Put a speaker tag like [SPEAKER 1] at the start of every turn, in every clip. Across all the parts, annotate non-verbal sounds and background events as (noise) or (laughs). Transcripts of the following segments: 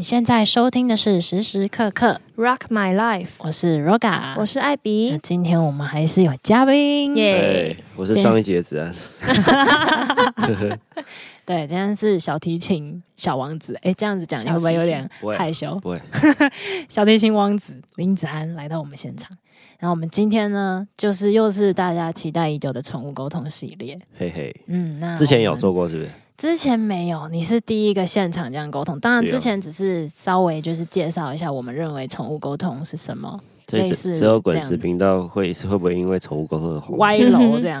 [SPEAKER 1] 现在收听的是时时刻刻，
[SPEAKER 2] Rock My Life，
[SPEAKER 1] 我是 Roga，
[SPEAKER 2] 我是艾
[SPEAKER 1] 那
[SPEAKER 2] 比，
[SPEAKER 1] 今天我们还是有嘉宾，
[SPEAKER 2] 耶
[SPEAKER 3] 对，，
[SPEAKER 1] 哎
[SPEAKER 3] 我是上一节子啊安，
[SPEAKER 1] 对，今天是小提琴小王子，哎，这样子讲你会不会有点
[SPEAKER 3] 不会
[SPEAKER 1] 害羞？
[SPEAKER 3] 不会，
[SPEAKER 1] 小提琴王子林子安来到我们现场，然后我们今天呢，就是又是大家期待已久的宠物沟通系列，
[SPEAKER 3] 嘿嘿，
[SPEAKER 1] 嗯，那
[SPEAKER 3] 之前有
[SPEAKER 1] 我们
[SPEAKER 3] 做过是不是？
[SPEAKER 1] 之前没有，你是第一个现场这样沟通。当然，
[SPEAKER 3] 是啊
[SPEAKER 1] 之前只是稍微就是介绍一下，我们认为宠物沟通是什
[SPEAKER 3] (laughs)
[SPEAKER 1] 么，
[SPEAKER 3] 所以
[SPEAKER 1] 类
[SPEAKER 3] 只
[SPEAKER 1] 似
[SPEAKER 3] 只有
[SPEAKER 1] 这
[SPEAKER 3] 滚
[SPEAKER 1] 样
[SPEAKER 3] 石
[SPEAKER 1] 子
[SPEAKER 3] 频道会是会不会因为宠物沟通而红？
[SPEAKER 1] 歪楼这样。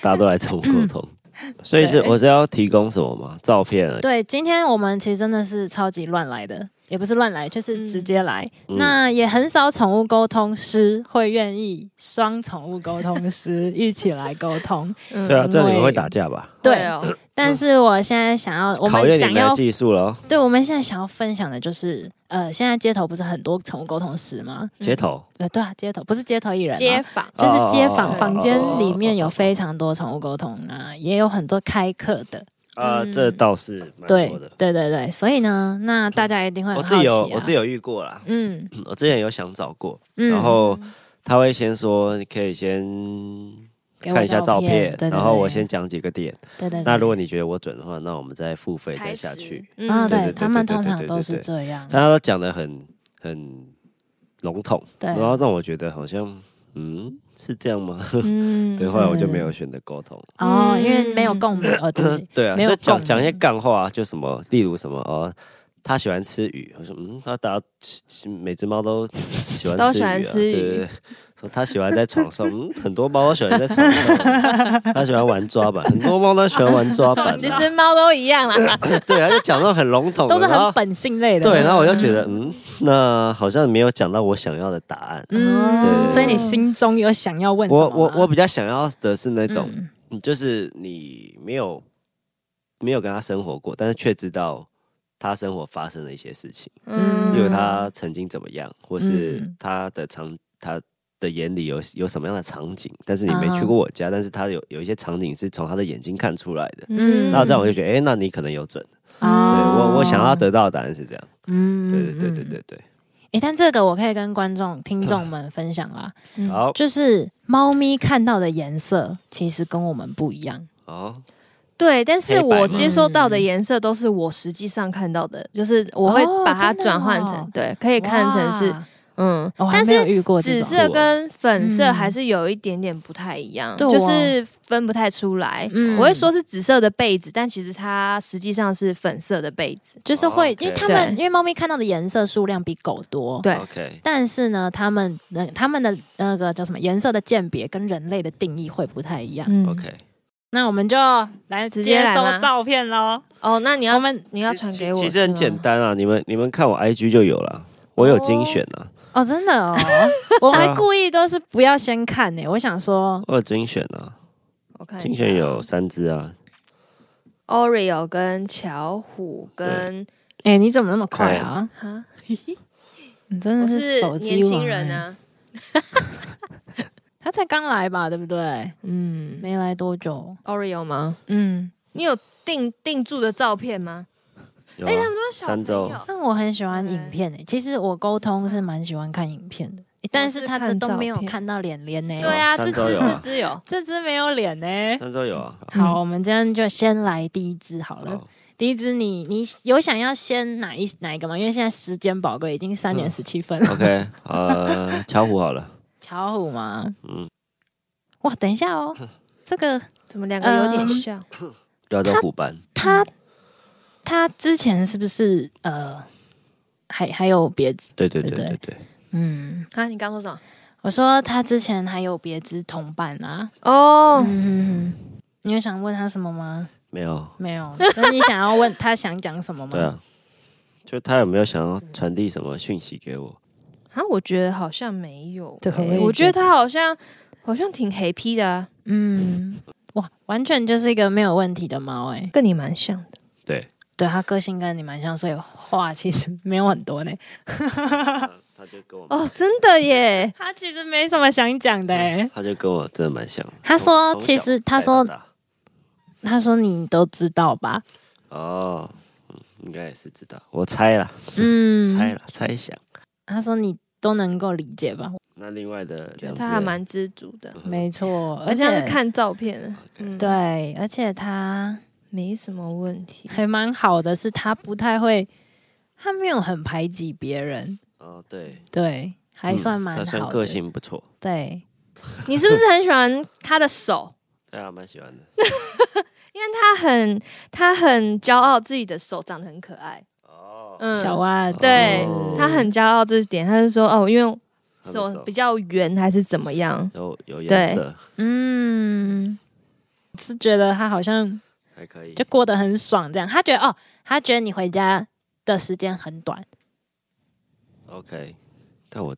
[SPEAKER 3] 大家都来宠物沟通， (laughs) 所以是
[SPEAKER 1] 嗯对
[SPEAKER 3] 我是要提供什么吗？照片而已，
[SPEAKER 1] 对，今天我们其实真的是超级乱来的，也不是乱来，就是直接来。
[SPEAKER 3] 嗯
[SPEAKER 1] 那也很少宠物沟通师会愿意双宠物沟通师一起来沟
[SPEAKER 3] (laughs)
[SPEAKER 1] 通。
[SPEAKER 2] 对
[SPEAKER 3] 对啊，
[SPEAKER 1] 因
[SPEAKER 3] 这样你们
[SPEAKER 1] 为
[SPEAKER 3] 会打架吧？
[SPEAKER 1] 嗯对，
[SPEAKER 2] 哦，
[SPEAKER 1] 但是我现在想要，我
[SPEAKER 3] 考
[SPEAKER 1] 们
[SPEAKER 3] 验你
[SPEAKER 1] 想
[SPEAKER 3] 们的
[SPEAKER 1] 要，
[SPEAKER 3] 技术了哦，
[SPEAKER 1] 对，我们现在想要分享的就是，呃，现在街头不是很多宠物沟通师吗？
[SPEAKER 3] 街头
[SPEAKER 1] 呃，对啊，街头不是街头艺人、啊，
[SPEAKER 2] 街访，
[SPEAKER 1] 就是街坊
[SPEAKER 3] 哦
[SPEAKER 1] 房间里面有非常多宠物沟通啊，也有很多开课的，
[SPEAKER 3] 啊，
[SPEAKER 2] 嗯
[SPEAKER 3] 这倒是蛮
[SPEAKER 1] 对
[SPEAKER 3] 多的。
[SPEAKER 1] 对对对，所以呢，那大家一定会
[SPEAKER 3] 我
[SPEAKER 1] 很
[SPEAKER 3] 自
[SPEAKER 1] 好
[SPEAKER 3] 己
[SPEAKER 1] 奇
[SPEAKER 3] 有
[SPEAKER 1] 啊，
[SPEAKER 3] 我自己有遇过啦，
[SPEAKER 1] 嗯
[SPEAKER 3] 我之前有想找过，
[SPEAKER 1] 嗯，
[SPEAKER 3] 然后他会先说你可以先
[SPEAKER 1] 给我
[SPEAKER 3] 看一下照
[SPEAKER 1] 片
[SPEAKER 3] 片，，
[SPEAKER 1] 对对
[SPEAKER 3] 然后我
[SPEAKER 1] 对
[SPEAKER 3] 先讲几个点。
[SPEAKER 1] 对对，对
[SPEAKER 3] 那如果你觉得我准的话，那我们再付费再下去。，
[SPEAKER 1] 啊，
[SPEAKER 3] 对
[SPEAKER 1] 对
[SPEAKER 3] 对对
[SPEAKER 1] 他们
[SPEAKER 3] 对对
[SPEAKER 1] 通
[SPEAKER 3] 对
[SPEAKER 1] 常
[SPEAKER 3] 对
[SPEAKER 1] 都
[SPEAKER 3] 对
[SPEAKER 1] 是
[SPEAKER 3] 对
[SPEAKER 1] 这样，
[SPEAKER 3] 他都讲的很很笼统，
[SPEAKER 1] 对
[SPEAKER 3] 然后让我觉得好像嗯是这样吗？
[SPEAKER 2] 嗯
[SPEAKER 3] (laughs) 对，后来我就没有选择沟通。
[SPEAKER 1] 哦，因为
[SPEAKER 2] 嗯
[SPEAKER 1] 没有共鸣，哦，对不
[SPEAKER 3] (laughs)
[SPEAKER 1] 起，
[SPEAKER 3] 对啊，
[SPEAKER 1] 没有
[SPEAKER 3] 就
[SPEAKER 1] 共
[SPEAKER 3] 讲
[SPEAKER 1] 鸣
[SPEAKER 3] 讲一些干话啊，就什么，例如什么哦，他喜欢吃鱼，我说嗯，他大家每只猫都喜欢吃鱼、啊，
[SPEAKER 2] 都喜欢吃鱼
[SPEAKER 3] 对对对。说他喜欢在床上，嗯，很多猫都喜欢在
[SPEAKER 1] (laughs)
[SPEAKER 3] 床上，他喜欢玩抓板，很多猫都喜欢玩抓板、啊。
[SPEAKER 2] 其实猫都一样啦，
[SPEAKER 3] (laughs) 对啊，就讲到很笼统的，
[SPEAKER 1] 都是
[SPEAKER 3] 然后
[SPEAKER 1] 很本性类的，
[SPEAKER 3] 对，然后我就觉得，嗯，那好像没有讲到我想要的答案。
[SPEAKER 1] 嗯，
[SPEAKER 3] 对对
[SPEAKER 1] 嗯，
[SPEAKER 3] 对
[SPEAKER 1] 所以你心中有想要问什
[SPEAKER 3] 我
[SPEAKER 1] 么吗？
[SPEAKER 3] 我我比较想要的是那种，
[SPEAKER 1] 嗯
[SPEAKER 3] 就是你没有没有跟他生活过，但是却知道他生活发生的一些事情，
[SPEAKER 1] 嗯
[SPEAKER 3] 例如他曾经怎么样，或是
[SPEAKER 1] 嗯
[SPEAKER 3] 他的场他的眼里有有什么样的场景，但是你
[SPEAKER 1] 啊
[SPEAKER 3] 没
[SPEAKER 1] 哈
[SPEAKER 3] 去过我家，但是他有有一些场景是从他的眼睛看出来的。
[SPEAKER 1] 嗯
[SPEAKER 3] 那这样我就觉得，哎、那你可能有准。对
[SPEAKER 1] 哦
[SPEAKER 3] 我，我想要，得到的答案是这样。
[SPEAKER 1] 嗯，
[SPEAKER 3] 对对对对
[SPEAKER 1] 嗯
[SPEAKER 3] 对对。
[SPEAKER 1] 诶，但这个我可以跟观众、听众们分享
[SPEAKER 3] (laughs)
[SPEAKER 1] 啦，
[SPEAKER 2] 嗯
[SPEAKER 3] 好，
[SPEAKER 1] 就是猫咪看到的颜色其实跟我们不一样。
[SPEAKER 3] 好，
[SPEAKER 2] 对，但是
[SPEAKER 3] 黑白
[SPEAKER 2] 我
[SPEAKER 3] 嘛
[SPEAKER 2] 接收到的颜色都是我实际上看到的，就是我会
[SPEAKER 1] 哦
[SPEAKER 2] 把它
[SPEAKER 1] 真的
[SPEAKER 2] 转换
[SPEAKER 1] 哦
[SPEAKER 2] 成，对，可以看成是，
[SPEAKER 1] 哇，
[SPEAKER 2] 嗯，
[SPEAKER 1] 哦我还
[SPEAKER 2] 但
[SPEAKER 1] 没有
[SPEAKER 2] 是
[SPEAKER 1] 遇过这
[SPEAKER 2] 紫
[SPEAKER 1] 种
[SPEAKER 2] 色跟粉色
[SPEAKER 1] 嗯
[SPEAKER 2] 还是有一点点不太一样，
[SPEAKER 1] 对哦
[SPEAKER 2] 就是分不太出来。
[SPEAKER 1] 嗯
[SPEAKER 2] 我会说是紫色的被子，但其实它实际上是粉色的被子。
[SPEAKER 1] 就是会，
[SPEAKER 3] 哦，OK
[SPEAKER 1] 因为他们
[SPEAKER 2] 对
[SPEAKER 1] 因为猫咪看到的颜色数量比狗多，
[SPEAKER 2] 对
[SPEAKER 3] OK，
[SPEAKER 1] 但是呢，他们那他们的那个叫什么颜色的鉴别跟人类的定义会不太一样。
[SPEAKER 2] 嗯
[SPEAKER 3] OK，
[SPEAKER 1] 那我们就来啊
[SPEAKER 2] 直接来
[SPEAKER 1] 收
[SPEAKER 2] 吗
[SPEAKER 1] 照片喽。
[SPEAKER 2] 哦，那你
[SPEAKER 1] 我
[SPEAKER 2] 要
[SPEAKER 1] 们
[SPEAKER 2] 你要传给我，
[SPEAKER 3] 其其实很
[SPEAKER 2] 是吗
[SPEAKER 3] 简。单啊，你们你们看我 IG 就有了，我有精选啊，
[SPEAKER 1] 哦，真的 (laughs) 哦，我还故意都是不要先看呢、我想说，
[SPEAKER 3] 我有精选啊，
[SPEAKER 2] 我哦看
[SPEAKER 3] 精
[SPEAKER 2] 一下
[SPEAKER 3] 选有三只啊，
[SPEAKER 2] Oreo 跟巧虎跟
[SPEAKER 1] 哎、你怎么那么快啊？
[SPEAKER 2] 哈，
[SPEAKER 1] 你真
[SPEAKER 2] 我
[SPEAKER 1] 的
[SPEAKER 2] 是
[SPEAKER 1] 手机
[SPEAKER 2] 年轻人
[SPEAKER 1] 啊！
[SPEAKER 2] 啊。
[SPEAKER 1] 他才刚来吧，对不对？
[SPEAKER 2] 嗯
[SPEAKER 1] 没来多久，
[SPEAKER 2] ，Oreo 吗？
[SPEAKER 1] 嗯，
[SPEAKER 2] 你有定定住的照片吗？
[SPEAKER 3] 有啊
[SPEAKER 2] 哎，他们都是小
[SPEAKER 3] 三
[SPEAKER 2] 朋友
[SPEAKER 3] 周
[SPEAKER 1] 但我很喜欢影片诶、其实我沟通是蛮喜欢看影片的，诶但是他的都没有看到脸脸呢。
[SPEAKER 2] 对啊，
[SPEAKER 3] 三
[SPEAKER 2] 这只
[SPEAKER 3] 周有
[SPEAKER 2] 这
[SPEAKER 3] 啊
[SPEAKER 2] 只有。
[SPEAKER 1] 这只没有脸呢、
[SPEAKER 3] 三周有
[SPEAKER 2] 嗯
[SPEAKER 3] 啊，好
[SPEAKER 1] 好，我们今天就先来第一只好了。
[SPEAKER 3] 好
[SPEAKER 1] 第一只你，你有想要先哪一哪一个吗？因为现在时间宝贵，已经三
[SPEAKER 3] 嗯
[SPEAKER 1] 点十七分了。
[SPEAKER 3] ，OK，呃，巧虎好了，
[SPEAKER 1] 巧虎吗？
[SPEAKER 3] 嗯，
[SPEAKER 1] 哇，等一下
[SPEAKER 3] (laughs)
[SPEAKER 1] 哦，这个
[SPEAKER 2] 怎么两个有点
[SPEAKER 1] 嗯
[SPEAKER 2] 像？嗯
[SPEAKER 3] 亚洲虎斑，
[SPEAKER 1] 他他之前是不是呃，还还有别
[SPEAKER 3] 对对
[SPEAKER 1] 对
[SPEAKER 3] 对对对，
[SPEAKER 1] 嗯，
[SPEAKER 2] 啊，你刚说什么？
[SPEAKER 1] 我说他之前还有别只同伴啊。
[SPEAKER 2] 哦，
[SPEAKER 1] 嗯，你有想问他什么吗？
[SPEAKER 3] 没有，
[SPEAKER 1] 没有。那你想要问他想讲什么
[SPEAKER 2] 嗯
[SPEAKER 1] 吗？
[SPEAKER 3] (laughs) 对啊，就他有没有想要传递什么讯息给我？
[SPEAKER 2] 啊，我觉得好像没有欸、
[SPEAKER 1] 对我也
[SPEAKER 2] 我
[SPEAKER 1] 觉
[SPEAKER 2] 觉得他好像好像挺黑皮的、啊，
[SPEAKER 1] 嗯，哇，完全就是一个没有问题的猫哎、
[SPEAKER 2] 跟你蛮像的。
[SPEAKER 3] 对，
[SPEAKER 1] 对他个性跟你蛮像，所以话其实没有很多呢。
[SPEAKER 3] 他就跟我，
[SPEAKER 2] 哦，真的耶！
[SPEAKER 1] (laughs) 他其实没什么想讲的哎、
[SPEAKER 3] 他就跟我真的蛮像。
[SPEAKER 1] 他说
[SPEAKER 3] 从
[SPEAKER 1] 其实他，说
[SPEAKER 3] 从小带到大
[SPEAKER 1] 他说你都知道吧？
[SPEAKER 3] 哦，应该也是知道，我猜了，猜
[SPEAKER 1] 嗯，
[SPEAKER 3] 了，猜想。
[SPEAKER 1] 他说你都能够理解吧？
[SPEAKER 3] 那另外的
[SPEAKER 2] 觉得
[SPEAKER 3] 两嗯只
[SPEAKER 2] 他还蛮知足的，
[SPEAKER 1] 没错，而
[SPEAKER 2] 而且
[SPEAKER 1] 且
[SPEAKER 2] 是看照片的，嗯，，
[SPEAKER 1] 对，而且他
[SPEAKER 2] 没什么问题。
[SPEAKER 1] 还蛮好的，是他不太会，他没有很排挤别人，
[SPEAKER 3] 哦，对，
[SPEAKER 1] 对，还
[SPEAKER 3] 嗯
[SPEAKER 1] 算蛮
[SPEAKER 3] 他算
[SPEAKER 1] 好
[SPEAKER 3] 个
[SPEAKER 1] 的。
[SPEAKER 3] 性不错，
[SPEAKER 1] 对，
[SPEAKER 2] 你是不是很喜欢他的手？
[SPEAKER 3] 对啊，蛮喜欢的。
[SPEAKER 2] 他很他很骄傲自己的手长得很可爱，
[SPEAKER 3] 哦，
[SPEAKER 2] 嗯，
[SPEAKER 1] 小蛙
[SPEAKER 2] 对
[SPEAKER 3] 哦
[SPEAKER 2] 他很骄傲这一点，他就说哦，因为
[SPEAKER 3] 他的
[SPEAKER 2] 手比较圆还是怎么样，
[SPEAKER 3] 有有颜色，
[SPEAKER 1] 嗯，是觉得他好像
[SPEAKER 3] 还可以
[SPEAKER 1] 就。过得很爽，这样。他觉得哦，他觉得你回家的时间很短，
[SPEAKER 3] OK，但我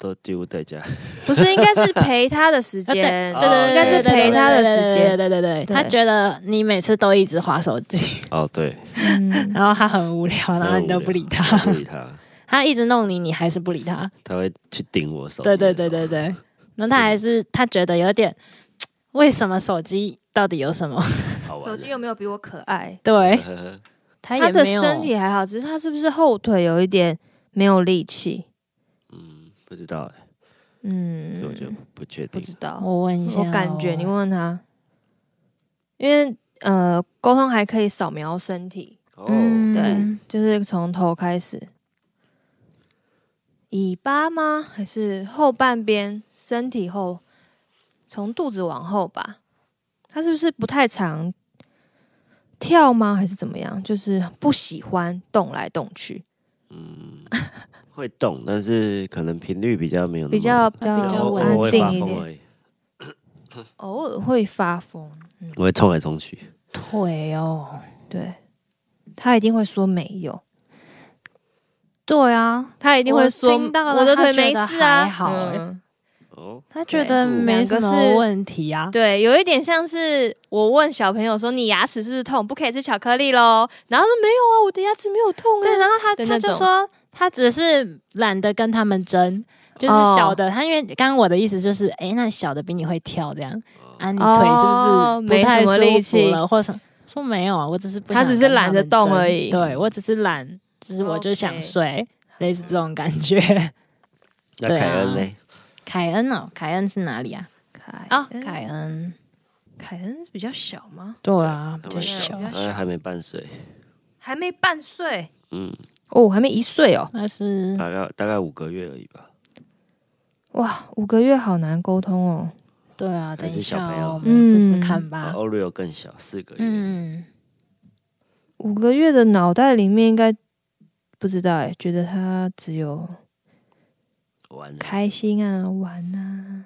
[SPEAKER 3] 都几乎
[SPEAKER 1] (laughs)
[SPEAKER 3] 在家。
[SPEAKER 2] 不是应该是陪他的
[SPEAKER 1] 呃
[SPEAKER 2] 时间，哦
[SPEAKER 3] 啊对对
[SPEAKER 2] 应该是陪他的时
[SPEAKER 1] 对
[SPEAKER 2] 间，
[SPEAKER 1] 对对对，对
[SPEAKER 2] 对
[SPEAKER 1] 他觉得你每次都一直划手
[SPEAKER 2] (laughs)
[SPEAKER 1] 机，
[SPEAKER 3] 哦，对，
[SPEAKER 2] 嗯
[SPEAKER 1] 然后他很无聊，
[SPEAKER 3] 无聊
[SPEAKER 1] 然后你都不理
[SPEAKER 3] (laughs) 我不
[SPEAKER 1] 他，
[SPEAKER 3] 理他，
[SPEAKER 1] 他一直弄你，你还是不理他。
[SPEAKER 3] 他会去顶我手。
[SPEAKER 1] 对对对对。对，那他还是他觉得有点，为什么手机到底有什么？ (laughs)
[SPEAKER 3] 好玩
[SPEAKER 2] 手
[SPEAKER 3] 的。
[SPEAKER 2] 机有没有比我可爱？
[SPEAKER 1] 对
[SPEAKER 3] 呵呵呵
[SPEAKER 1] 他
[SPEAKER 2] 他
[SPEAKER 1] 也
[SPEAKER 2] 的
[SPEAKER 1] 没有
[SPEAKER 2] 身体还好，只是他是不是后腿有一点没有力气？
[SPEAKER 3] (laughs) 嗯，不知道哎，这我就
[SPEAKER 2] 嗯，
[SPEAKER 3] 不确
[SPEAKER 2] 不
[SPEAKER 3] 定。
[SPEAKER 2] 知道，
[SPEAKER 1] 我问一下哦，
[SPEAKER 2] 我感觉你问问他，因为呃，沟通还可以扫描身体，
[SPEAKER 3] 哦，
[SPEAKER 1] 嗯，
[SPEAKER 2] 对，就是从头开始，尾巴吗？还是后半边身体后，从肚子往后吧？他是不是不太常跳吗？还是怎么样？就是不喜欢动来动去，
[SPEAKER 3] 嗯，会动，但是可能频率比较没有那么
[SPEAKER 2] 比较比
[SPEAKER 1] 比较
[SPEAKER 2] 较
[SPEAKER 3] 我
[SPEAKER 1] 稳
[SPEAKER 3] 我
[SPEAKER 2] 安
[SPEAKER 3] 会发
[SPEAKER 2] 定一
[SPEAKER 3] 疯
[SPEAKER 2] 点，
[SPEAKER 3] 而已，
[SPEAKER 2] 偶尔会发疯。
[SPEAKER 1] 嗯
[SPEAKER 3] 我会冲来冲去。
[SPEAKER 1] 腿哦，
[SPEAKER 2] 对，他一定会说没有，
[SPEAKER 1] 对啊，
[SPEAKER 2] 他一定会说
[SPEAKER 1] 我听到了
[SPEAKER 2] 我的腿没事
[SPEAKER 1] 他觉得
[SPEAKER 2] 啊，
[SPEAKER 1] 还好欸
[SPEAKER 2] 嗯
[SPEAKER 3] 哦，
[SPEAKER 1] 他觉得
[SPEAKER 3] 对
[SPEAKER 1] 没什
[SPEAKER 2] 两个
[SPEAKER 1] 么
[SPEAKER 2] 是
[SPEAKER 1] 问题啊，
[SPEAKER 2] 对，有一点像是我问小朋友说：“你牙齿是不是痛？不可以吃巧克力喽。”然后说：“没有啊，我的牙齿没有痛
[SPEAKER 1] 对，
[SPEAKER 2] 啊。
[SPEAKER 1] 然后他
[SPEAKER 2] 的
[SPEAKER 1] 他
[SPEAKER 2] 那
[SPEAKER 1] 就
[SPEAKER 2] 种
[SPEAKER 1] 说他只是懒得跟他们争。就是
[SPEAKER 2] 哦
[SPEAKER 1] 小的，他因为刚刚我的意思就是，哎、那小的比你会跳这样，啊，你
[SPEAKER 2] 哦
[SPEAKER 1] 腿是不是
[SPEAKER 2] 没
[SPEAKER 1] 不太
[SPEAKER 2] 什么力
[SPEAKER 1] 舒服
[SPEAKER 2] 气
[SPEAKER 1] 了，或什么？说没有啊，我只是不
[SPEAKER 2] 他
[SPEAKER 1] 想
[SPEAKER 2] 只是
[SPEAKER 1] 跟
[SPEAKER 2] 懒得
[SPEAKER 1] 们争
[SPEAKER 2] 动而已哦
[SPEAKER 1] 对我只是懒，只是我就想
[SPEAKER 2] OK
[SPEAKER 1] 睡类似这种感
[SPEAKER 2] (laughs)
[SPEAKER 1] 觉。
[SPEAKER 3] 那
[SPEAKER 1] 对啊
[SPEAKER 3] 凯恩嘞？
[SPEAKER 1] 凯恩哦，凯恩是哪里啊？”
[SPEAKER 2] 凯
[SPEAKER 1] 啊、凯恩，
[SPEAKER 2] 凯恩是比较小吗？
[SPEAKER 1] 对啊，比较
[SPEAKER 3] 对
[SPEAKER 1] 小
[SPEAKER 2] 比，较
[SPEAKER 3] 呃，还没半岁，
[SPEAKER 2] 还没半岁
[SPEAKER 3] 嗯，
[SPEAKER 2] 哦，还没一岁哦。
[SPEAKER 1] 那是
[SPEAKER 3] 大概大概五个月而已吧。
[SPEAKER 2] 哇，五个月好难沟通哦。
[SPEAKER 1] 对啊，
[SPEAKER 3] 还
[SPEAKER 1] 等
[SPEAKER 3] 是
[SPEAKER 1] 一下
[SPEAKER 3] 小朋
[SPEAKER 1] 哦
[SPEAKER 3] 友
[SPEAKER 1] 我们试试
[SPEAKER 2] 嗯
[SPEAKER 1] 看吧。
[SPEAKER 3] 啊，Oreo 更小，四个月。
[SPEAKER 1] 嗯，
[SPEAKER 2] 五个月的脑袋里面应该不知道哎，觉得他只有
[SPEAKER 3] 完了，
[SPEAKER 2] 开心啊、玩啊。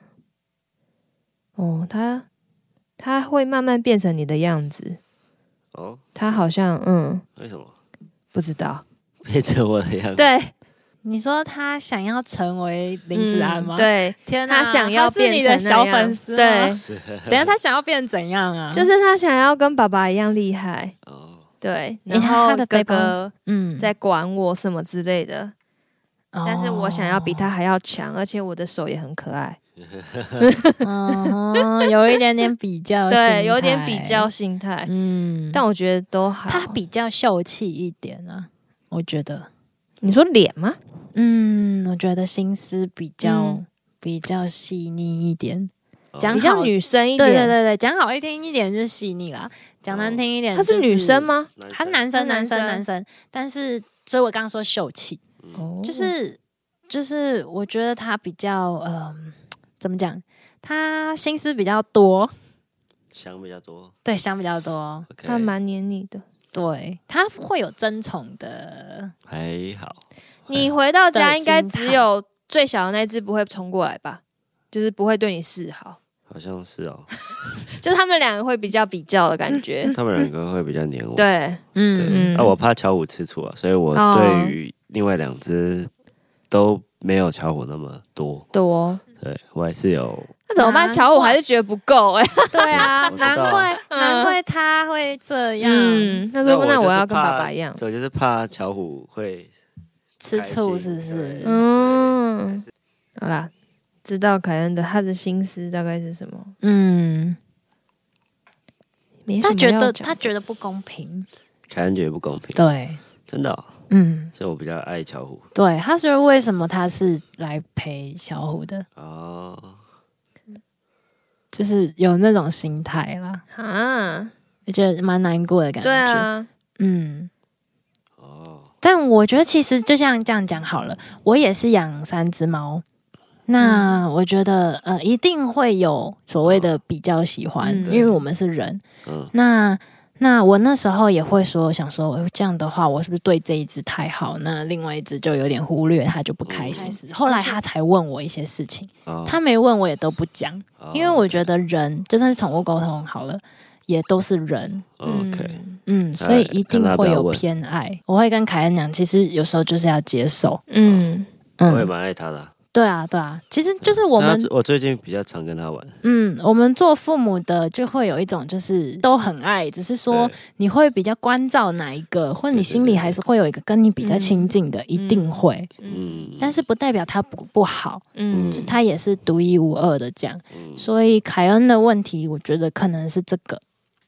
[SPEAKER 2] 哦，他他会慢慢变成你的样子。
[SPEAKER 3] 哦，
[SPEAKER 2] 他好像嗯，
[SPEAKER 3] 为什么 (laughs)
[SPEAKER 2] 不知道。
[SPEAKER 3] 变成我的样子？
[SPEAKER 2] 对，
[SPEAKER 1] 你说他想要成为林子安吗？
[SPEAKER 2] 嗯，对，
[SPEAKER 1] 天哪，
[SPEAKER 2] 他想要
[SPEAKER 1] 是
[SPEAKER 2] 变
[SPEAKER 1] 你
[SPEAKER 2] 成
[SPEAKER 1] 的
[SPEAKER 2] 那
[SPEAKER 1] 小
[SPEAKER 2] 样
[SPEAKER 1] 粉丝啊，
[SPEAKER 2] 对，
[SPEAKER 1] (laughs) 等一下他想要变怎样啊？
[SPEAKER 2] 就是他想要跟爸爸一样厉害，
[SPEAKER 3] 哦，
[SPEAKER 2] 对，
[SPEAKER 1] 诶
[SPEAKER 2] 然
[SPEAKER 1] 他
[SPEAKER 2] 后
[SPEAKER 1] 他的背
[SPEAKER 2] 哥
[SPEAKER 1] 包
[SPEAKER 2] 哥
[SPEAKER 1] 嗯
[SPEAKER 2] 在管我什么之类的，但是我想要比他还要强，而且我的手也很可爱，
[SPEAKER 1] 哦， (laughs) 嗯有一点点比较，
[SPEAKER 2] 对，有点比较，心态，
[SPEAKER 1] 嗯，
[SPEAKER 2] 但我觉得都好。
[SPEAKER 1] 他比较秀气一点啊，我觉得，
[SPEAKER 2] 你说脸吗？
[SPEAKER 1] 嗯，我觉得心思比较
[SPEAKER 2] 嗯
[SPEAKER 1] 比较细腻一点，
[SPEAKER 3] 哦
[SPEAKER 1] 讲
[SPEAKER 2] 比
[SPEAKER 1] 好
[SPEAKER 2] 较女生一
[SPEAKER 1] 对对
[SPEAKER 2] 点，
[SPEAKER 1] 对对，讲好一听一点是细腻啦，讲难听一点，
[SPEAKER 2] 她是女生？吗？
[SPEAKER 1] 他是男生，男
[SPEAKER 2] 男
[SPEAKER 1] 生，
[SPEAKER 2] 生
[SPEAKER 1] 男生，但是，所以我刚刚说秀气，
[SPEAKER 2] 哦，
[SPEAKER 1] 就是就是，我觉得他比较嗯、怎么讲？他心思比较多，
[SPEAKER 3] 想比较多。
[SPEAKER 1] 对，想比较多，
[SPEAKER 3] OK，
[SPEAKER 2] 他蛮黏你的。
[SPEAKER 1] 对他会有争宠的，
[SPEAKER 3] 还好，
[SPEAKER 2] 你回到
[SPEAKER 1] 的
[SPEAKER 2] 家应该
[SPEAKER 1] 心
[SPEAKER 2] 只
[SPEAKER 1] 态
[SPEAKER 2] 有最小的那只不会冲过来吧，就是不会对你示好，
[SPEAKER 3] 好像是哦。 (laughs)
[SPEAKER 2] 就他们两个会比较比较的感 (laughs) 觉。
[SPEAKER 3] 他们两个会比较黏我。
[SPEAKER 2] 对，
[SPEAKER 1] 嗯
[SPEAKER 3] 对，
[SPEAKER 2] 嗯
[SPEAKER 3] 啊，我怕巧虎吃醋啊，所以我
[SPEAKER 2] 哦
[SPEAKER 3] 对于另外两只都没有巧虎那么多。
[SPEAKER 2] 多。
[SPEAKER 3] 对我还是有，
[SPEAKER 2] 哦啊那怎么办？
[SPEAKER 1] 难
[SPEAKER 2] 乔，我
[SPEAKER 1] 怪
[SPEAKER 2] 还是觉得不够哎。
[SPEAKER 1] 嗯，对啊， (laughs)
[SPEAKER 3] 我知道
[SPEAKER 1] 难怪难
[SPEAKER 2] 嗯
[SPEAKER 1] 怪他会这样、
[SPEAKER 2] 嗯，那
[SPEAKER 3] 那
[SPEAKER 2] 说不
[SPEAKER 3] 我
[SPEAKER 2] 那
[SPEAKER 3] 就是
[SPEAKER 2] 我要跟
[SPEAKER 3] 怕
[SPEAKER 2] 爸爸一样。
[SPEAKER 3] 我就是怕巧虎会
[SPEAKER 1] 吃醋
[SPEAKER 3] 开心
[SPEAKER 1] 是不是
[SPEAKER 3] 对？
[SPEAKER 2] 嗯
[SPEAKER 3] 所以
[SPEAKER 2] 好啦，知道凯恩的他的心思大概是什么？
[SPEAKER 1] 嗯，
[SPEAKER 2] 没什
[SPEAKER 1] 他
[SPEAKER 2] 么
[SPEAKER 1] 觉
[SPEAKER 2] 要
[SPEAKER 1] 得
[SPEAKER 2] 讲
[SPEAKER 1] 他觉得不公平，
[SPEAKER 3] 凯恩觉得不公平。
[SPEAKER 1] 对，
[SPEAKER 3] 真的哦、
[SPEAKER 1] 嗯，
[SPEAKER 3] 所以我比较爱巧虎
[SPEAKER 1] 对，他是为什么他是来陪小虎的，
[SPEAKER 3] 哦。
[SPEAKER 1] 就是有那种心态啦，
[SPEAKER 2] 啊，
[SPEAKER 1] 我觉得蛮难过的感觉。
[SPEAKER 2] 对，啊，
[SPEAKER 1] 嗯，
[SPEAKER 3] 哦，
[SPEAKER 1] 但我觉得其实就像这样讲好了，我也是养三只猫。那
[SPEAKER 2] 嗯
[SPEAKER 1] 我觉得，呃，一定会有所谓的比较喜欢，
[SPEAKER 2] 嗯
[SPEAKER 1] 因为我们是人。
[SPEAKER 3] 嗯，
[SPEAKER 1] 那那我那时候也会说，想说，哎这样的话，我是不是对这一只太好？那另外一只就有点忽略，它
[SPEAKER 2] 嗯
[SPEAKER 1] 就不开心。后来他才问我一些事情，
[SPEAKER 3] 哦
[SPEAKER 1] 他没问我也都不讲，
[SPEAKER 3] 哦
[SPEAKER 1] 因为我觉得人就算是宠物沟通好了，也都是人，
[SPEAKER 3] OK，
[SPEAKER 2] 음.
[SPEAKER 1] 嗯，所以一定
[SPEAKER 3] 呃看他不
[SPEAKER 1] 会
[SPEAKER 3] 要
[SPEAKER 1] 有
[SPEAKER 3] 问
[SPEAKER 1] 偏爱。我会跟凯恩讲，其实有时候就是要接受。
[SPEAKER 2] 嗯，
[SPEAKER 3] 我也
[SPEAKER 1] 嗯，
[SPEAKER 3] 蛮爱他的啊。
[SPEAKER 1] 对啊，对啊，其实就是我
[SPEAKER 3] 但
[SPEAKER 1] 们
[SPEAKER 3] 他，我最近比较常跟他玩，
[SPEAKER 1] 嗯，我们做父母的就会有一种就是都很爱，只是说
[SPEAKER 3] 对
[SPEAKER 1] 你会比较关照哪一个，或者你
[SPEAKER 3] 对对
[SPEAKER 1] 心里
[SPEAKER 3] 对
[SPEAKER 1] 还是会有一个跟你比较亲近的，一定会。
[SPEAKER 2] 음.
[SPEAKER 3] 嗯，
[SPEAKER 1] 但是不代表他不不好，
[SPEAKER 2] 嗯
[SPEAKER 1] 就他也是独一无二的这样。
[SPEAKER 3] 嗯
[SPEAKER 1] 所以凯恩的问题，我觉得可能是这个。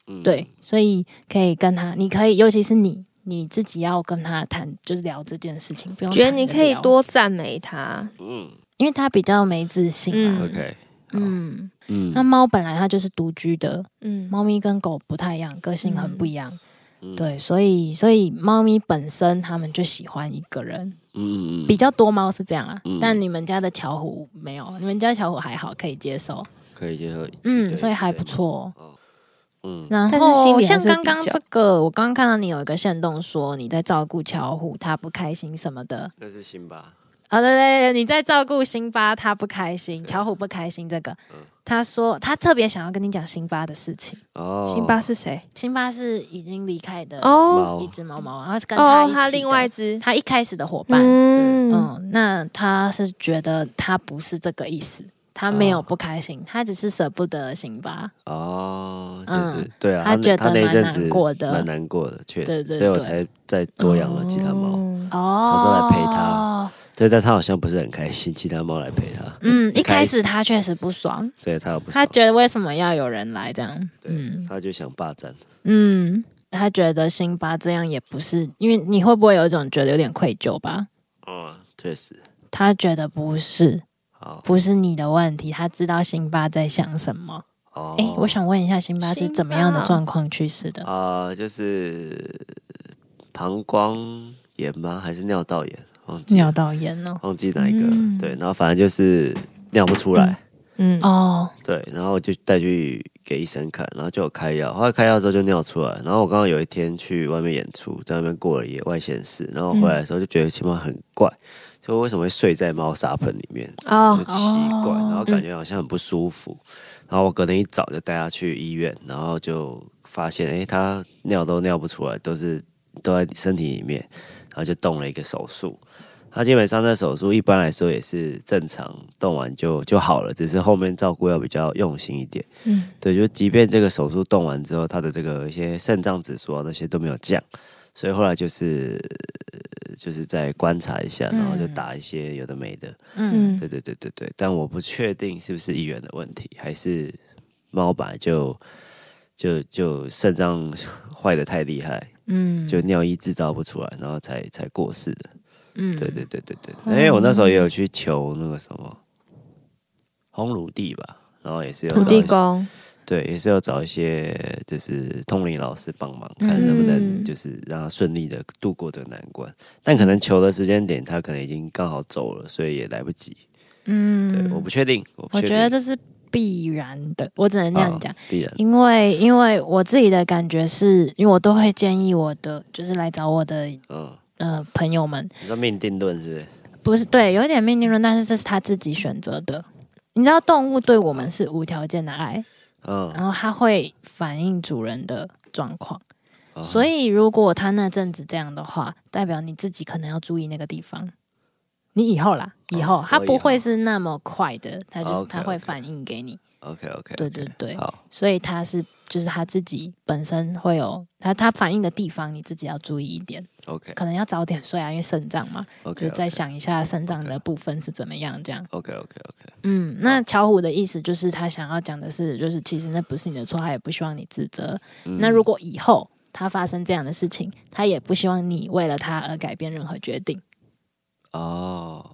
[SPEAKER 3] 嗯
[SPEAKER 1] 对，所以可以跟他，你可以，尤其是你你自己要跟他谈，就是聊这件事情，不用
[SPEAKER 2] 觉得
[SPEAKER 1] 谈
[SPEAKER 2] 你
[SPEAKER 1] 着
[SPEAKER 2] 可以
[SPEAKER 1] 聊，
[SPEAKER 2] 多赞美他，
[SPEAKER 3] 嗯
[SPEAKER 1] 因为他比较没自信啊。
[SPEAKER 3] ，OK，
[SPEAKER 1] 嗯，
[SPEAKER 3] 嗯，
[SPEAKER 1] 那猫本来它就是独居的，
[SPEAKER 2] 嗯，
[SPEAKER 1] 猫咪跟狗不太一样，个性很不一样。
[SPEAKER 3] 嗯，
[SPEAKER 1] 对，所以所以猫咪本身它们就喜欢一个人，
[SPEAKER 3] 음.嗯嗯
[SPEAKER 1] 比较多猫是这样啊。
[SPEAKER 3] 嗯
[SPEAKER 1] 但你们家的巧虎没有，你们家巧虎还好，可以接受。
[SPEAKER 3] 可以接受，
[SPEAKER 1] 嗯，
[SPEAKER 3] 对
[SPEAKER 1] 所以还不，错。哦
[SPEAKER 3] 对嗯
[SPEAKER 1] 然
[SPEAKER 2] 但是心
[SPEAKER 1] 后
[SPEAKER 2] 里还
[SPEAKER 1] 像
[SPEAKER 2] 是会
[SPEAKER 1] 刚刚
[SPEAKER 2] 比较
[SPEAKER 1] 这个，我刚刚看到你有一个线动说你在照顾巧虎，他不开心什么的。
[SPEAKER 3] 那是辛巴，
[SPEAKER 1] 啊、对对对，你在照顾辛巴，他不开心，巧虎不开心。这个，
[SPEAKER 3] 嗯
[SPEAKER 1] 他说他特别想要跟你讲辛巴的事情。
[SPEAKER 3] 哦，
[SPEAKER 2] 辛巴是谁？
[SPEAKER 1] 辛巴是已经离开的
[SPEAKER 2] 哦
[SPEAKER 3] 猫
[SPEAKER 1] 一只猫猫，然后是跟他一
[SPEAKER 2] 哦，
[SPEAKER 1] 起的
[SPEAKER 2] 他另外一只，
[SPEAKER 1] 他一开始的伙伴。嗯
[SPEAKER 2] 嗯
[SPEAKER 1] 那他是觉得他不是这个意思，他没有不开心，他只是舍不得辛巴。
[SPEAKER 3] 아,哦，就
[SPEAKER 1] 嗯
[SPEAKER 3] 是对啊，
[SPEAKER 1] 他觉得
[SPEAKER 3] 那那一阵
[SPEAKER 1] 蛮
[SPEAKER 3] 子
[SPEAKER 1] 难过的
[SPEAKER 3] 蛮难过的，确
[SPEAKER 1] 对
[SPEAKER 3] 实，
[SPEAKER 1] 对
[SPEAKER 3] 所以我
[SPEAKER 1] 对
[SPEAKER 3] 才再多养
[SPEAKER 2] 어.
[SPEAKER 3] 了其他猫。
[SPEAKER 2] 哦
[SPEAKER 1] 哦，
[SPEAKER 3] 他说来陪他。对，但他好像不是很开心，其他猫来陪他，
[SPEAKER 1] 嗯，一
[SPEAKER 3] 一
[SPEAKER 1] 开
[SPEAKER 3] 开
[SPEAKER 1] 始
[SPEAKER 3] 始
[SPEAKER 1] 他确实不爽，
[SPEAKER 3] 对他又不
[SPEAKER 1] 他
[SPEAKER 3] 爽，
[SPEAKER 1] 觉得为什么要有人来这样？
[SPEAKER 3] 对
[SPEAKER 1] 嗯，
[SPEAKER 3] 他就想霸占，
[SPEAKER 1] 嗯，他觉得辛巴这样也不是，因为你会不会有一种觉得有点愧疚吧？
[SPEAKER 3] 嗯，确实，
[SPEAKER 1] 他觉得不是，
[SPEAKER 3] 好，
[SPEAKER 1] 不是你的问题，他知道辛巴在想什么。
[SPEAKER 3] 哦，
[SPEAKER 1] 哎、我想问一下，辛巴是
[SPEAKER 2] 辛巴
[SPEAKER 1] 怎么样的状况去世的？
[SPEAKER 3] 啊、就是膀胱炎吗？还是尿道炎？忘记
[SPEAKER 1] 尿道炎哦，
[SPEAKER 3] 忘记哪一个、
[SPEAKER 2] 嗯
[SPEAKER 3] 对，然后反正就是尿不出来，
[SPEAKER 2] 嗯
[SPEAKER 1] 哦，
[SPEAKER 3] 对，然后就带去给医生看，然后就有开药，后来开药之后就尿出来，然后我刚刚有一天去外面演出，在外面过了夜外县市，然后回来的时候就觉得青猫很怪，就为什么会睡在猫砂盆里面，
[SPEAKER 2] 哦
[SPEAKER 3] 很奇怪，然后感觉好像很不舒服。然后我隔天一早就带他去医院，然后就发现，哎，他尿都尿不出来，都是都在身体里面，然后就动了一个手术。他基本上那手术一般来说也是正常动完就就好了，只是后面照顾要比较用心一点。
[SPEAKER 2] 嗯，
[SPEAKER 3] 对，就即便这个手术动完之后，他的这个一些肾脏指数啊那些都没有降，所以后来就是呃就是再观察一下，然后就
[SPEAKER 1] 嗯
[SPEAKER 3] 打一些有的没的。
[SPEAKER 1] 嗯
[SPEAKER 2] 嗯
[SPEAKER 3] 对对对对对，但我不确定是不是议员的问题，还是猫本来就就就肾脏 (laughs) 坏的太厉害，
[SPEAKER 1] 嗯，
[SPEAKER 3] 就尿液制造不出来，然后才才过世的。
[SPEAKER 1] 嗯，
[SPEAKER 3] 对对对对对，因为我那时候也有去求那个什么烘炉地吧，然后也是有
[SPEAKER 2] 土
[SPEAKER 3] 找
[SPEAKER 2] 地
[SPEAKER 3] 一些
[SPEAKER 2] 公，
[SPEAKER 3] 对，也是要找一些就是通灵老师帮忙，看能不能
[SPEAKER 2] 嗯
[SPEAKER 3] 就是让他顺利的度过这个难关。但可能求的时间点，他可能已经刚好走了，所以也来不及。
[SPEAKER 1] 嗯，
[SPEAKER 3] 对，我不确定，我不
[SPEAKER 1] 我
[SPEAKER 3] 确
[SPEAKER 1] 觉
[SPEAKER 3] 定
[SPEAKER 1] 得这是必然的，我只能这样讲。
[SPEAKER 3] 啊必然
[SPEAKER 1] 因为因为我自己的感觉是，因为我都会建议我的，就是来找我的
[SPEAKER 3] 嗯，
[SPEAKER 1] 呃朋友们，
[SPEAKER 3] 你说命定论是不是？
[SPEAKER 1] 不是对，有一点命定论，但是这是他自己选择的。你知道动物对我们是无条件的爱，
[SPEAKER 3] 嗯，
[SPEAKER 1] 然后它会反映主人的状况，
[SPEAKER 3] 哦
[SPEAKER 1] 所以如果它那阵子这样的话，代表你自己可能要注意那个地方。你以后啦，以后
[SPEAKER 3] 哦
[SPEAKER 1] 它
[SPEAKER 3] 我以
[SPEAKER 1] 不会
[SPEAKER 3] 后
[SPEAKER 1] 是那么快的，它就是它会
[SPEAKER 3] OK，OK
[SPEAKER 1] 反映给你。
[SPEAKER 3] OK OK，
[SPEAKER 1] 对对对，
[SPEAKER 3] 啊好，
[SPEAKER 1] 所以他是就是他自己本身会有他他反应的地方，你自己要注意一点，
[SPEAKER 3] OK
[SPEAKER 1] 可能要早点睡啊，因为肾脏嘛，
[SPEAKER 3] OK，
[SPEAKER 1] 就再想一下肾脏的部分是怎么样这样。
[SPEAKER 3] OK OK OK，
[SPEAKER 1] 嗯，那巧虎的意思嗯就是他想要讲的是，就是其实那不是你的错，他也不希望你自责。那如果以后他发生这样的事情，他也不希望你为了他而改变任何决定。
[SPEAKER 3] 哦，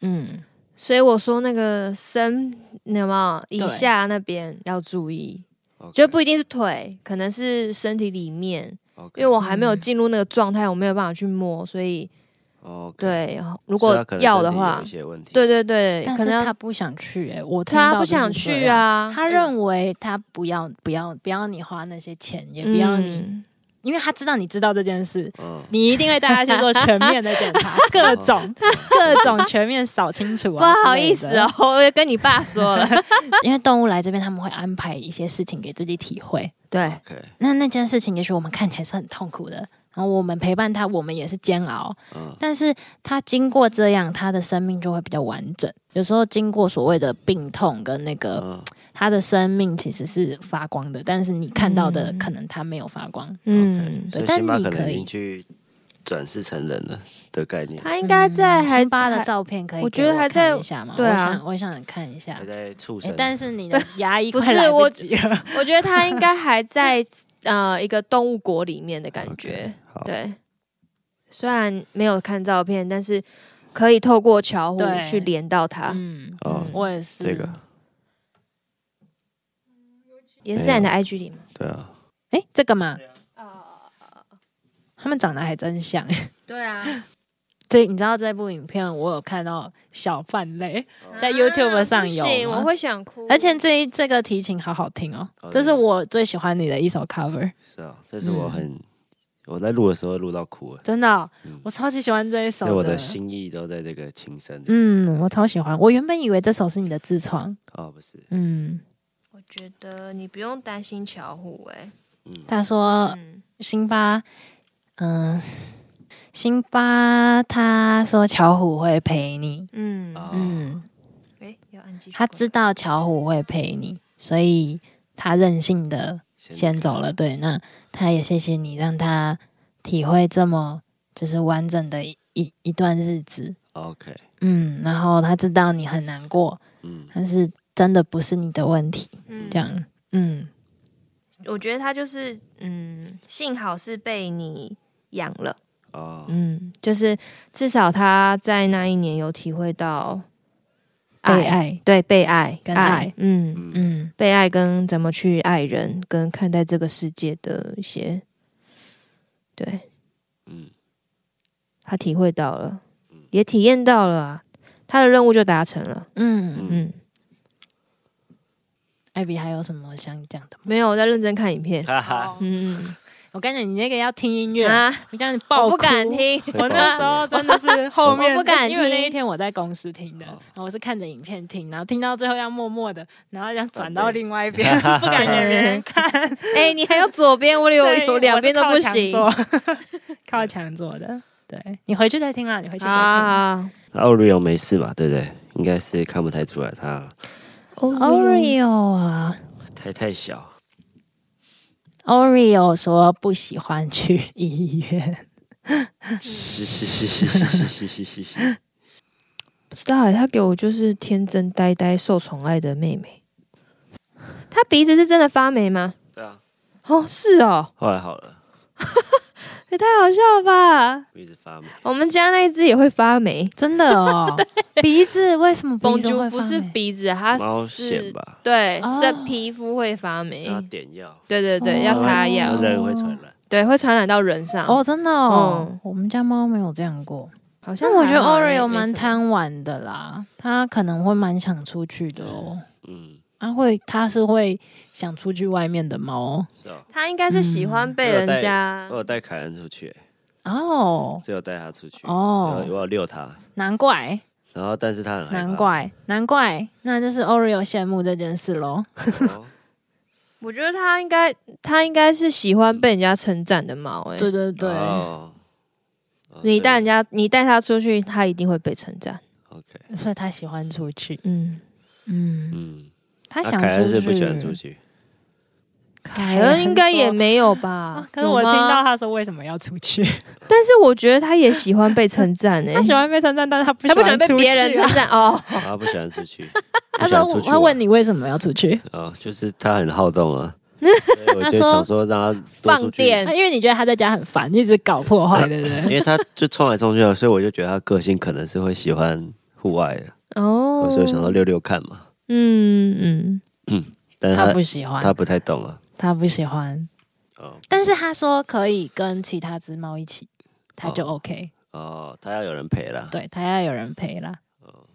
[SPEAKER 1] 嗯，
[SPEAKER 2] 所以我说那个身，你有没有以
[SPEAKER 1] 对
[SPEAKER 2] 下那边要注意？
[SPEAKER 3] OK
[SPEAKER 2] 就不一定是腿，可能是身体里面，
[SPEAKER 3] OK，
[SPEAKER 2] 因为我还没有
[SPEAKER 1] 嗯
[SPEAKER 2] 进入那个状态，我没有办法去摸，所以
[SPEAKER 3] 哦，
[SPEAKER 2] 对，如
[SPEAKER 3] 如
[SPEAKER 2] 果要的话
[SPEAKER 3] 有一，些问题，
[SPEAKER 2] 对对对，
[SPEAKER 1] 但
[SPEAKER 2] 可
[SPEAKER 1] 是
[SPEAKER 2] 能
[SPEAKER 1] 他
[SPEAKER 2] 要
[SPEAKER 1] 不想去、欸，我听到
[SPEAKER 2] 他
[SPEAKER 1] 的
[SPEAKER 2] 不
[SPEAKER 1] 是这样
[SPEAKER 2] 想去，啊，
[SPEAKER 1] 他认为他不要不要不要你花那些钱，也
[SPEAKER 2] 嗯
[SPEAKER 1] 不要你，因为他知道你知道这件事。
[SPEAKER 3] 嗯，
[SPEAKER 1] 你一定会带他去做全面的检 (laughs) 查，各种各种全面扫清楚
[SPEAKER 2] 不
[SPEAKER 1] 啊！
[SPEAKER 2] 好意思哦，，我也跟你爸
[SPEAKER 1] (laughs)
[SPEAKER 2] 说了，
[SPEAKER 1] 因为动物来这边，他们会安排一些事情给自己体会。
[SPEAKER 2] 对，
[SPEAKER 3] OK，
[SPEAKER 1] 那那件事情，也许我们看起来是很痛苦的，然后我们陪伴他，我们也是煎熬。
[SPEAKER 3] 嗯
[SPEAKER 1] 但是他经过这样，他的生命就会比较完整。有时候经过所谓的病痛跟那个，
[SPEAKER 3] 嗯
[SPEAKER 1] 他的生命其实是发光的，但是你看到的
[SPEAKER 2] 嗯
[SPEAKER 1] 可能他没有发光。
[SPEAKER 2] 嗯
[SPEAKER 3] OK，，所以
[SPEAKER 1] 但
[SPEAKER 3] 辛巴
[SPEAKER 1] 你
[SPEAKER 3] 可能
[SPEAKER 1] 可
[SPEAKER 3] 已
[SPEAKER 1] 以
[SPEAKER 3] 经去转世成人了的概念，
[SPEAKER 2] 他应该在还
[SPEAKER 1] 辛嗯巴的
[SPEAKER 2] 还
[SPEAKER 1] 照片可以给
[SPEAKER 2] 我觉得还
[SPEAKER 1] 看
[SPEAKER 2] 在
[SPEAKER 1] 一下嘛，
[SPEAKER 2] 对啊
[SPEAKER 1] 我想我想看一下
[SPEAKER 3] 还。在促
[SPEAKER 1] 啊诶
[SPEAKER 3] 成，
[SPEAKER 1] 但是你的牙医
[SPEAKER 2] 不
[SPEAKER 1] 快
[SPEAKER 2] 是
[SPEAKER 1] 来
[SPEAKER 2] 我
[SPEAKER 1] 及了，
[SPEAKER 2] 我觉得他应该还在呃一个动物国里面的感觉。
[SPEAKER 3] 好
[SPEAKER 2] 对，虽然没有看照片，但是可以透过巧虎
[SPEAKER 1] 对
[SPEAKER 2] 去连到他，
[SPEAKER 1] 嗯，
[SPEAKER 3] 哦
[SPEAKER 1] 嗯我也是
[SPEAKER 3] 这个
[SPEAKER 2] 也是在你的 IG 里吗？
[SPEAKER 3] 对啊，
[SPEAKER 1] 哎，这个嘛，他们长得还真像。
[SPEAKER 2] 哦对啊，
[SPEAKER 1] 对，你知道这部影片我有看到小范类， (laughs) 在
[SPEAKER 2] 啊
[SPEAKER 1] YouTube 上有
[SPEAKER 2] 不行，
[SPEAKER 1] 吗
[SPEAKER 2] 我会想
[SPEAKER 1] (laughs)
[SPEAKER 2] 哭。
[SPEAKER 1] 而且这一这个提琴好好听哦
[SPEAKER 3] 好，的
[SPEAKER 1] 这是我最喜欢你的一首 cover，
[SPEAKER 3] 是啊，这是
[SPEAKER 1] 嗯
[SPEAKER 3] 我很我在录的时候录到哭了，
[SPEAKER 1] 真的哦、
[SPEAKER 3] 嗯
[SPEAKER 1] 我超级喜欢这一首
[SPEAKER 3] 因为我的心意都在这个琴声里，
[SPEAKER 1] 嗯，我超喜欢。我原本以为这首是你的自创，
[SPEAKER 3] 哦，不是，
[SPEAKER 1] 嗯，
[SPEAKER 2] 我觉得你不用担心巧虎、欸，
[SPEAKER 3] 嗯，
[SPEAKER 1] 他说
[SPEAKER 2] 嗯，
[SPEAKER 1] 辛巴，嗯，辛巴他说巧虎会陪你，
[SPEAKER 2] 嗯，哎、
[SPEAKER 3] 啊，
[SPEAKER 1] 嗯，
[SPEAKER 2] 要按继续
[SPEAKER 1] 他
[SPEAKER 2] 关
[SPEAKER 1] 知道巧虎会陪你，所以他任性的先走了。
[SPEAKER 3] 了，
[SPEAKER 1] 对，那他也谢谢你，让他体会这么就是完整的一一一段日子。
[SPEAKER 3] ，OK，
[SPEAKER 1] 嗯，然后他知道你很难过，
[SPEAKER 3] 嗯，
[SPEAKER 1] 但是真的不是你的问题。
[SPEAKER 2] 嗯
[SPEAKER 1] 这样，嗯，
[SPEAKER 2] 我觉得他就是，嗯，幸好是被你养了。
[SPEAKER 3] 哦，
[SPEAKER 2] 嗯，就是至少他在那一年有体会到
[SPEAKER 1] 被，爱，
[SPEAKER 2] 对被爱
[SPEAKER 1] 跟爱
[SPEAKER 2] 嗯，
[SPEAKER 3] 嗯，
[SPEAKER 1] 嗯，
[SPEAKER 2] 被爱跟怎么去爱人，跟看待这个世界的一些，对
[SPEAKER 3] 嗯，
[SPEAKER 2] 他体会到了，也体验到了、啊，他的任务就达成了。
[SPEAKER 1] 嗯，
[SPEAKER 2] 嗯，
[SPEAKER 1] 艾比还有什么想讲的吗？
[SPEAKER 2] 没有我在认真看影片，
[SPEAKER 3] 哈哈，
[SPEAKER 2] 嗯，
[SPEAKER 1] 我跟你讲，你那个要听音乐，
[SPEAKER 2] 啊，
[SPEAKER 1] 你这样爆
[SPEAKER 2] 我不
[SPEAKER 1] 哭
[SPEAKER 2] 敢。听，
[SPEAKER 1] (laughs) 我那时
[SPEAKER 2] (laughs)
[SPEAKER 1] 候真的是后面，
[SPEAKER 2] 我不敢
[SPEAKER 1] 因为
[SPEAKER 2] 听
[SPEAKER 1] 那一天我在公司听的，
[SPEAKER 3] 哦
[SPEAKER 1] 然后我是看着影片听，然后听到最后要默默的，然后要转
[SPEAKER 3] 啊
[SPEAKER 1] 到
[SPEAKER 3] 对
[SPEAKER 1] 另外一边，不敢给别人看。
[SPEAKER 2] 哎、你还有左边，我有
[SPEAKER 1] 对
[SPEAKER 2] 有两边都不行，
[SPEAKER 1] 我是 (laughs) 靠墙做靠墙做的。对你回去再听啊，你回去 (laughs) 再听。
[SPEAKER 2] 啊。
[SPEAKER 3] 那 Oreo 没事吧？对不对？应该是看不太出来，他
[SPEAKER 1] Oreo 啊
[SPEAKER 3] 太太小，
[SPEAKER 1] (laughs) ，Oreo 说不喜欢去医院，
[SPEAKER 3] 嘻嘻嘻嘻嘻嘻嘻嘻嘻，
[SPEAKER 2] (laughs) 不知道哎、他给我就是天真呆呆、受宠爱的妹妹。她鼻子是真的发霉吗？
[SPEAKER 3] 对啊，
[SPEAKER 2] 哦，是哦，
[SPEAKER 3] 后来好了，
[SPEAKER 2] 也太好笑了吧！
[SPEAKER 3] 我一直发霉，
[SPEAKER 2] 我们家那一只也会发霉，
[SPEAKER 1] (laughs) 真的 (laughs) 哦。鼻子为什么鼻子会
[SPEAKER 2] 不是鼻子，
[SPEAKER 3] 猫
[SPEAKER 2] 它
[SPEAKER 3] 藓
[SPEAKER 2] 是，
[SPEAKER 3] 吧，啊
[SPEAKER 2] 对，
[SPEAKER 1] 哦
[SPEAKER 2] 是皮肤会发霉
[SPEAKER 3] 然。后点药，
[SPEAKER 2] 对对对，
[SPEAKER 1] 哦
[SPEAKER 2] 要擦
[SPEAKER 1] 对
[SPEAKER 2] 药
[SPEAKER 3] 然后，人会传染，
[SPEAKER 2] 对，会传染到人上。
[SPEAKER 1] 哦，真的哦。
[SPEAKER 2] 啊嗯
[SPEAKER 1] 我们家猫没有这样过。
[SPEAKER 2] 好像
[SPEAKER 1] 但我觉得
[SPEAKER 2] 还好欸没
[SPEAKER 1] Oreo 蛮
[SPEAKER 2] 没什么
[SPEAKER 1] 贪玩的啦，他可能会蛮想出去的哦。
[SPEAKER 3] 嗯，
[SPEAKER 1] 他会，他是会想出去外面的猫哦
[SPEAKER 3] 是哦，
[SPEAKER 2] 他应该是喜欢被人家
[SPEAKER 3] 我，有带凯恩出去，
[SPEAKER 1] 哦
[SPEAKER 3] 只有带他出去，然后我
[SPEAKER 1] 哦，
[SPEAKER 3] 有遛他，
[SPEAKER 1] 难怪，
[SPEAKER 3] 然后但是他很害怕，
[SPEAKER 1] 难怪，难怪，那就是 Oreo 羡慕这件事喽。
[SPEAKER 3] 哦，
[SPEAKER 2] 我觉得他应该，他应该是喜欢被人家称赞的猫。哎，
[SPEAKER 1] 对 (laughs) 对对，
[SPEAKER 3] 哦，哦
[SPEAKER 2] 你带人
[SPEAKER 3] 对
[SPEAKER 2] 家，你带他出去，他一定会被称赞。
[SPEAKER 3] ，OK，
[SPEAKER 1] 所以他喜欢出去。
[SPEAKER 2] 嗯，
[SPEAKER 1] 嗯，
[SPEAKER 3] 嗯，
[SPEAKER 1] 他
[SPEAKER 3] 那
[SPEAKER 1] 想
[SPEAKER 3] 凯
[SPEAKER 1] 出
[SPEAKER 3] 恩
[SPEAKER 1] 去。
[SPEAKER 3] 是不喜欢出去，
[SPEAKER 2] 凯恩应该也没有吧
[SPEAKER 1] (laughs) 啊。可是我听到
[SPEAKER 2] 有吗，
[SPEAKER 1] 他说为什么要出去？
[SPEAKER 2] 但是我觉得他也喜欢被称赞诶
[SPEAKER 1] (laughs) 他，喜欢被称赞，但是嗯他不
[SPEAKER 2] 他不喜欢被
[SPEAKER 1] 出去
[SPEAKER 2] 别人称
[SPEAKER 1] 啊。
[SPEAKER 2] 赞哦。
[SPEAKER 3] 他不喜欢出去，
[SPEAKER 1] 他
[SPEAKER 3] (laughs) 不喜欢出
[SPEAKER 1] 说
[SPEAKER 3] 去
[SPEAKER 1] 他问你为什么要出去？ (laughs)
[SPEAKER 3] 哦，就是他很好动啊，所以我就想说让他多出
[SPEAKER 2] 放
[SPEAKER 3] 去，
[SPEAKER 2] 电
[SPEAKER 1] 啊因为你觉得他在家很烦，一直搞破
[SPEAKER 3] (laughs)
[SPEAKER 1] 坏，对不对？
[SPEAKER 3] 因为他就冲来冲去的，啊所以我就觉得他个性可能是会喜欢户外的，
[SPEAKER 2] 哦
[SPEAKER 3] 我所以我想说溜溜看嘛。
[SPEAKER 2] 嗯嗯，
[SPEAKER 3] 但是
[SPEAKER 1] 他
[SPEAKER 3] 他
[SPEAKER 1] 不喜欢，
[SPEAKER 3] 他不太懂啊，
[SPEAKER 1] 他不喜欢，
[SPEAKER 3] 哦
[SPEAKER 1] 但是他说可以跟其他只猫一起，他就 OK，、
[SPEAKER 3] 哦，他要有人陪啦。
[SPEAKER 1] 对他要有人陪啦。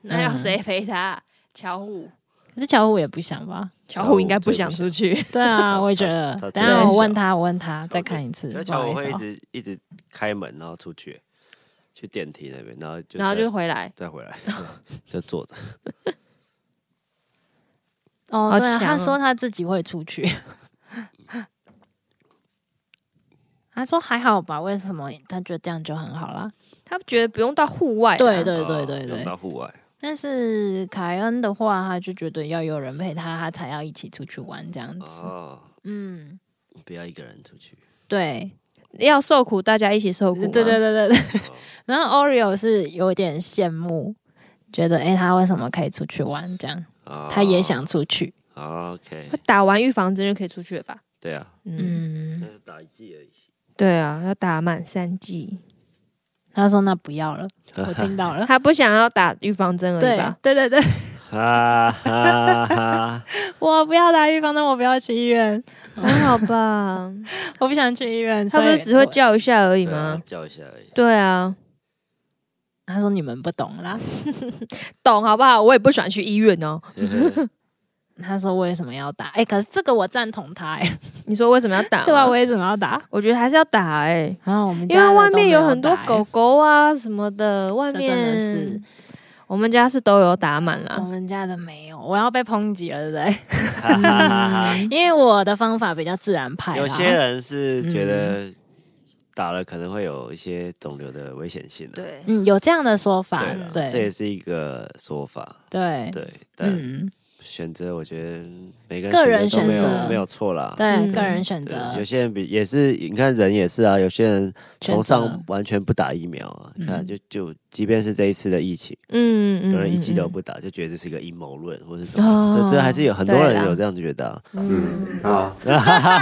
[SPEAKER 2] 那要谁陪他？巧虎，
[SPEAKER 1] 可是巧虎也不想吧？
[SPEAKER 2] 巧
[SPEAKER 3] 虎
[SPEAKER 2] 虎应该不想出去。 (laughs)
[SPEAKER 1] 对啊，我也觉得
[SPEAKER 3] 他他。
[SPEAKER 1] 等一
[SPEAKER 2] 他
[SPEAKER 1] 下
[SPEAKER 2] 真的
[SPEAKER 1] 我问
[SPEAKER 3] 小
[SPEAKER 1] 他，我问他，再看一次。
[SPEAKER 3] 所以
[SPEAKER 1] 不
[SPEAKER 3] 巧
[SPEAKER 1] 好
[SPEAKER 3] 我
[SPEAKER 1] 意思
[SPEAKER 3] 会一
[SPEAKER 1] 哦
[SPEAKER 3] 直一直开门，然后出去，去电梯那边，然后就
[SPEAKER 2] 然后
[SPEAKER 3] 再
[SPEAKER 2] 就回来，
[SPEAKER 3] 再回来， (laughs) 就坐着。
[SPEAKER 1] 哦，
[SPEAKER 2] 好
[SPEAKER 1] 对啊，
[SPEAKER 2] 强
[SPEAKER 1] 他
[SPEAKER 2] 哦
[SPEAKER 1] 说他自己会出去。 (laughs) 他说还好吧，为什么他觉得这样就很好啦？
[SPEAKER 2] 他觉得不用到户外啊。
[SPEAKER 1] 对对对
[SPEAKER 3] 哦
[SPEAKER 1] 对
[SPEAKER 3] 用
[SPEAKER 1] 对。
[SPEAKER 3] 到户外，
[SPEAKER 1] 但是凯恩的话，他就觉得要有人陪他，他才要一起出去玩这样子。
[SPEAKER 3] 哦，
[SPEAKER 1] 嗯，
[SPEAKER 3] 不要一个人出去。
[SPEAKER 1] 对，
[SPEAKER 2] 要受苦，大家一起受苦啊
[SPEAKER 1] 对
[SPEAKER 2] 嘛。
[SPEAKER 1] 对对对对。
[SPEAKER 3] 哦
[SPEAKER 1] (laughs) 然后 Oreo 是有点羡慕，觉得诶，他为什么可以出去玩这样？
[SPEAKER 3] 哦
[SPEAKER 1] 他也想出去。
[SPEAKER 3] 哦，OK，
[SPEAKER 2] 他打完预防针就可以出去了吧？
[SPEAKER 3] 对啊，
[SPEAKER 2] 嗯，
[SPEAKER 1] 嗯
[SPEAKER 3] 那，是打一季而已。
[SPEAKER 2] 对啊，要打满三剂。
[SPEAKER 1] 他说那不
[SPEAKER 3] (laughs)
[SPEAKER 1] 要了，我听到了。
[SPEAKER 2] 他不想要打预防针而
[SPEAKER 1] 对
[SPEAKER 2] 已吧？
[SPEAKER 1] 对对对， (laughs)
[SPEAKER 3] 哈哈哈！
[SPEAKER 1] 我不要打预防针，我不要去医院，
[SPEAKER 2] (laughs) 还好 (laughs) 吧，
[SPEAKER 1] 我不想去医院。
[SPEAKER 2] 他不是
[SPEAKER 1] 所以
[SPEAKER 2] 只会
[SPEAKER 1] 我？
[SPEAKER 2] 叫一下而已
[SPEAKER 3] 对啊
[SPEAKER 2] 吗？
[SPEAKER 3] 叫一下而已。
[SPEAKER 2] 对啊，
[SPEAKER 1] 他说你们不懂啦。
[SPEAKER 2] 懂好不好？我也不喜欢去医院哦。
[SPEAKER 1] 嗯他说为什么要打？哎、可是这个我赞同他、
[SPEAKER 2] (laughs)
[SPEAKER 1] 哎，
[SPEAKER 2] 你说为什么要打吗？
[SPEAKER 1] 对啊，为什么要打？
[SPEAKER 2] 我觉得还是要打哎、
[SPEAKER 1] 然后我们
[SPEAKER 2] 因
[SPEAKER 1] 家的
[SPEAKER 2] 为
[SPEAKER 1] 都
[SPEAKER 2] 外面
[SPEAKER 1] 没有
[SPEAKER 2] 有很多
[SPEAKER 1] 打哎
[SPEAKER 2] 狗狗啊什么的，外
[SPEAKER 1] 这
[SPEAKER 2] 面
[SPEAKER 1] 真的是哦
[SPEAKER 2] 我们家是都有打满
[SPEAKER 1] 我
[SPEAKER 2] 啦。
[SPEAKER 1] 们家的没有，我要被抨击了，对不
[SPEAKER 2] (laughs)
[SPEAKER 1] 对？
[SPEAKER 3] 哈哈哈哈
[SPEAKER 1] 因为我的方法比较自然派啦，
[SPEAKER 3] 有些人是觉得打了可能会有一些肿瘤的危险性、啊，
[SPEAKER 2] 对，
[SPEAKER 1] 嗯有这样的说法
[SPEAKER 3] 对啦，，啊这也
[SPEAKER 1] 对
[SPEAKER 3] 是一个说法。
[SPEAKER 1] 对
[SPEAKER 3] 对，但
[SPEAKER 1] 嗯，
[SPEAKER 3] 选择我觉得每个
[SPEAKER 1] 个人
[SPEAKER 3] 人都没有
[SPEAKER 1] 选择
[SPEAKER 3] 没有错啦。
[SPEAKER 1] 对
[SPEAKER 2] 嗯
[SPEAKER 1] 个人选
[SPEAKER 3] 对
[SPEAKER 1] 择
[SPEAKER 3] 有，些人比也是，你看人也是啊，有些人
[SPEAKER 1] 选
[SPEAKER 3] 崇
[SPEAKER 1] 择
[SPEAKER 3] 尚完全不打疫苗啊，你看
[SPEAKER 1] 嗯
[SPEAKER 3] 就就即便是这一次的疫情，
[SPEAKER 2] 嗯嗯
[SPEAKER 3] 有人一剂都
[SPEAKER 2] 嗯
[SPEAKER 3] 不打，就觉得这是一个阴谋论或是什么，
[SPEAKER 2] 哦
[SPEAKER 3] 这这还是有很多
[SPEAKER 2] 对
[SPEAKER 3] 人
[SPEAKER 2] 啦
[SPEAKER 3] 有这样觉得啊。
[SPEAKER 2] 嗯，
[SPEAKER 3] 好，
[SPEAKER 2] 对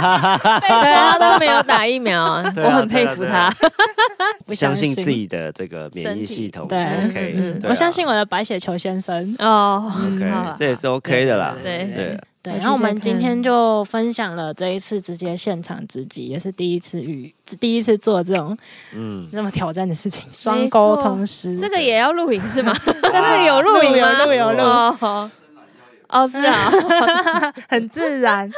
[SPEAKER 2] 啊
[SPEAKER 1] (laughs)
[SPEAKER 2] 他都没有打疫苗啊，
[SPEAKER 3] 对啊
[SPEAKER 2] 我很佩服
[SPEAKER 3] 对啊
[SPEAKER 2] 他。
[SPEAKER 1] 不
[SPEAKER 3] 相信
[SPEAKER 1] 信
[SPEAKER 3] 自己啊的这个免疫系统
[SPEAKER 1] 对，
[SPEAKER 3] ，OK，
[SPEAKER 2] 嗯
[SPEAKER 1] 我相信我的白血球先生。
[SPEAKER 3] 啊
[SPEAKER 2] 哦，
[SPEAKER 1] 嗯
[SPEAKER 3] ，OK，
[SPEAKER 2] 好吧
[SPEAKER 3] 这也是 OK 的啦，
[SPEAKER 2] 对对
[SPEAKER 3] 对，啊
[SPEAKER 1] 对，
[SPEAKER 2] 回去
[SPEAKER 1] 然后我
[SPEAKER 2] 再
[SPEAKER 1] 们今
[SPEAKER 2] 看
[SPEAKER 1] 天就分享了这一次直接现场直击，也是第一次遇，第一次做这种
[SPEAKER 3] 嗯，
[SPEAKER 1] 那么挑战的事情，双沟
[SPEAKER 2] 错
[SPEAKER 1] 通师。
[SPEAKER 2] 这个也要录影
[SPEAKER 1] (laughs)
[SPEAKER 2] 是吗？这个有录影吗？
[SPEAKER 1] 有有有嗯
[SPEAKER 2] 哦哦，是
[SPEAKER 1] (laughs)
[SPEAKER 2] 啊，
[SPEAKER 1] 很自然。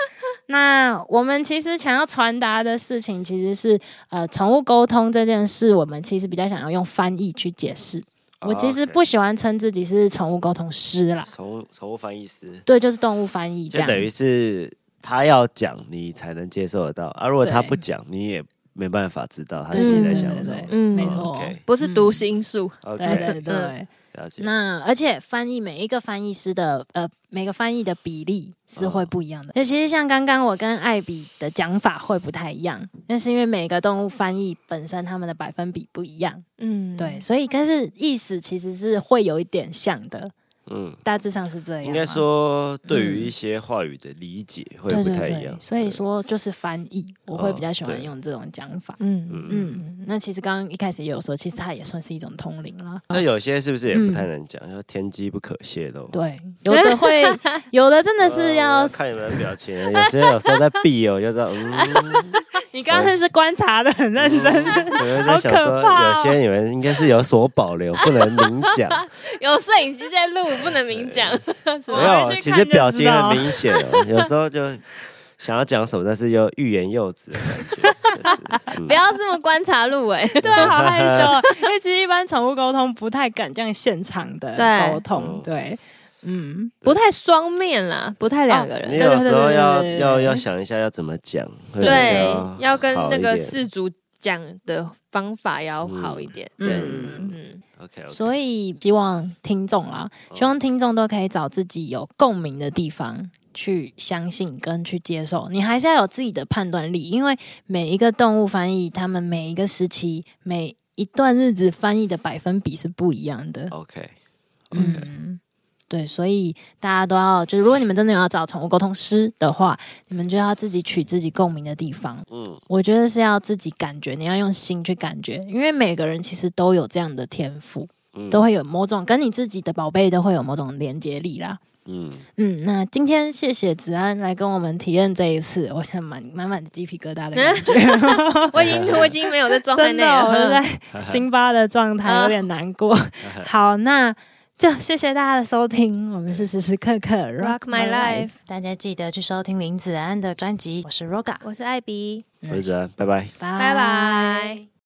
[SPEAKER 1] 那我们其实想要传达的事情，其实是呃，宠物沟通这件事，我们其实比较想要用翻译去解释。我其
[SPEAKER 3] 啊
[SPEAKER 1] 实不喜欢称自己是宠物沟通师啦，
[SPEAKER 3] 宠物宠物翻译师，
[SPEAKER 1] 对，就是动物翻译这
[SPEAKER 3] 就
[SPEAKER 1] 样。
[SPEAKER 3] 等于是他要讲你才能接受得到啊，如果
[SPEAKER 1] 对
[SPEAKER 3] 他不讲，你也没办法知道他
[SPEAKER 1] 对
[SPEAKER 3] 心
[SPEAKER 1] 对
[SPEAKER 3] 里在
[SPEAKER 1] 对
[SPEAKER 3] 想
[SPEAKER 1] 对
[SPEAKER 3] 什
[SPEAKER 1] 对
[SPEAKER 3] 么，。
[SPEAKER 2] 嗯
[SPEAKER 1] 没错。
[SPEAKER 3] OK
[SPEAKER 2] 不是读心术，
[SPEAKER 1] 对
[SPEAKER 3] OK，
[SPEAKER 1] 对对。
[SPEAKER 3] 了解，
[SPEAKER 1] 那而且翻译每一个翻译师的呃每个翻译的比例是会不一样的。那、其实像刚刚我跟艾比的讲法会不太一样，那是因为每个动物翻译本身他们的百分比不一样，
[SPEAKER 2] 嗯，
[SPEAKER 1] 对，所以但是意思其实是会有一点像的，
[SPEAKER 3] 嗯，
[SPEAKER 1] 大致上是这样。啊
[SPEAKER 3] 应该。说对于一些话语的理解会
[SPEAKER 1] 嗯对
[SPEAKER 3] 不
[SPEAKER 1] 对
[SPEAKER 3] 太一
[SPEAKER 1] 对
[SPEAKER 3] 样，，
[SPEAKER 1] 所以
[SPEAKER 3] 对
[SPEAKER 1] 说就是翻译，我会比较喜
[SPEAKER 3] 哦
[SPEAKER 1] 欢
[SPEAKER 3] 对
[SPEAKER 1] 用这种讲法。
[SPEAKER 2] 嗯
[SPEAKER 3] 嗯
[SPEAKER 2] 嗯
[SPEAKER 1] 嗯，那其实刚刚一开始也有说，其实它也算是一种通灵啦。
[SPEAKER 3] 那有些是不是也不太能讲，说天机不可泄露？
[SPEAKER 1] 嗯对，有的
[SPEAKER 3] (laughs)
[SPEAKER 1] 会，有的真的是要
[SPEAKER 3] 呃看你们的表情，有些有时候在避哦，就知道嗯，
[SPEAKER 1] 你刚刚是观察的很
[SPEAKER 3] 哦
[SPEAKER 1] 认 (laughs) 真，
[SPEAKER 3] 我就在想
[SPEAKER 1] 好
[SPEAKER 3] 说，
[SPEAKER 1] 可怕哦
[SPEAKER 3] 有些你们应该是有所保留，不能明
[SPEAKER 1] (laughs)
[SPEAKER 3] 讲。
[SPEAKER 2] 有摄影机在录，不能明讲。
[SPEAKER 3] 啊
[SPEAKER 1] 我
[SPEAKER 3] 没有
[SPEAKER 1] 回，去
[SPEAKER 3] 其
[SPEAKER 1] 看
[SPEAKER 3] 实
[SPEAKER 1] 就
[SPEAKER 3] 表
[SPEAKER 1] 知
[SPEAKER 3] 情
[SPEAKER 1] 道
[SPEAKER 3] 很明显
[SPEAKER 1] (laughs)
[SPEAKER 3] 哦，有时候就想要讲什么，但是又欲言又止的感觉。就是嗯
[SPEAKER 2] 不要这么观察欸入
[SPEAKER 3] (laughs)
[SPEAKER 2] 微。
[SPEAKER 1] 对啊，好害羞哦。因为其实一般宠物沟通不太敢这样现场的
[SPEAKER 2] 对
[SPEAKER 1] 沟通，对，嗯，
[SPEAKER 2] 不太双面啦，不太两个人。
[SPEAKER 3] 哦你有时候要
[SPEAKER 1] 对对对对对对
[SPEAKER 3] 要要想一下要怎么讲，会比
[SPEAKER 2] 对
[SPEAKER 3] 较，
[SPEAKER 2] 要跟
[SPEAKER 3] 好
[SPEAKER 2] 那
[SPEAKER 3] 一
[SPEAKER 2] 个
[SPEAKER 3] 点
[SPEAKER 2] 事主讲的方法要好一点。
[SPEAKER 1] 嗯
[SPEAKER 2] 对，
[SPEAKER 1] 嗯
[SPEAKER 2] 嗯，
[SPEAKER 3] OK，
[SPEAKER 1] 所以希望听众啦，希望听众都可以找自己有共鸣的地方去相信跟去接受。你还是要有自己的判断力，因为每一个动物翻译，他们每一个时期、每一段日子翻译的百分比是不一样的。
[SPEAKER 3] OK，
[SPEAKER 1] 嗯，对，所以大家都要，就是如果你们真的有要找宠物沟通师的话，你们就要自己取自己共鸣的地方。
[SPEAKER 3] 嗯，
[SPEAKER 1] 我觉得是要自己感觉，你要用心去感觉，因为每个人其实都有这样的天赋，
[SPEAKER 3] 嗯
[SPEAKER 1] 都会有某种跟你自己的宝贝都会有某种连接力啦。
[SPEAKER 3] 嗯，
[SPEAKER 1] 嗯，那今天谢谢子安来跟我们体验这一次，我现在满满满的鸡皮疙瘩的感觉， (laughs)
[SPEAKER 2] (laughs) 我已经我已经没有在嗯状态
[SPEAKER 1] 真
[SPEAKER 2] 内
[SPEAKER 1] 的，我是
[SPEAKER 2] (laughs) 了。
[SPEAKER 1] 在辛巴的状态有点难过。(laughs)
[SPEAKER 2] 嗯
[SPEAKER 1] 好，那就谢谢大家的收听，我们是时时刻刻
[SPEAKER 2] Rock my life，
[SPEAKER 1] 大家记得去收听林子安的专辑，我是 Roga，
[SPEAKER 2] 我是艾比，
[SPEAKER 3] 啊我是子安，拜拜。
[SPEAKER 1] 拜
[SPEAKER 2] 拜拜。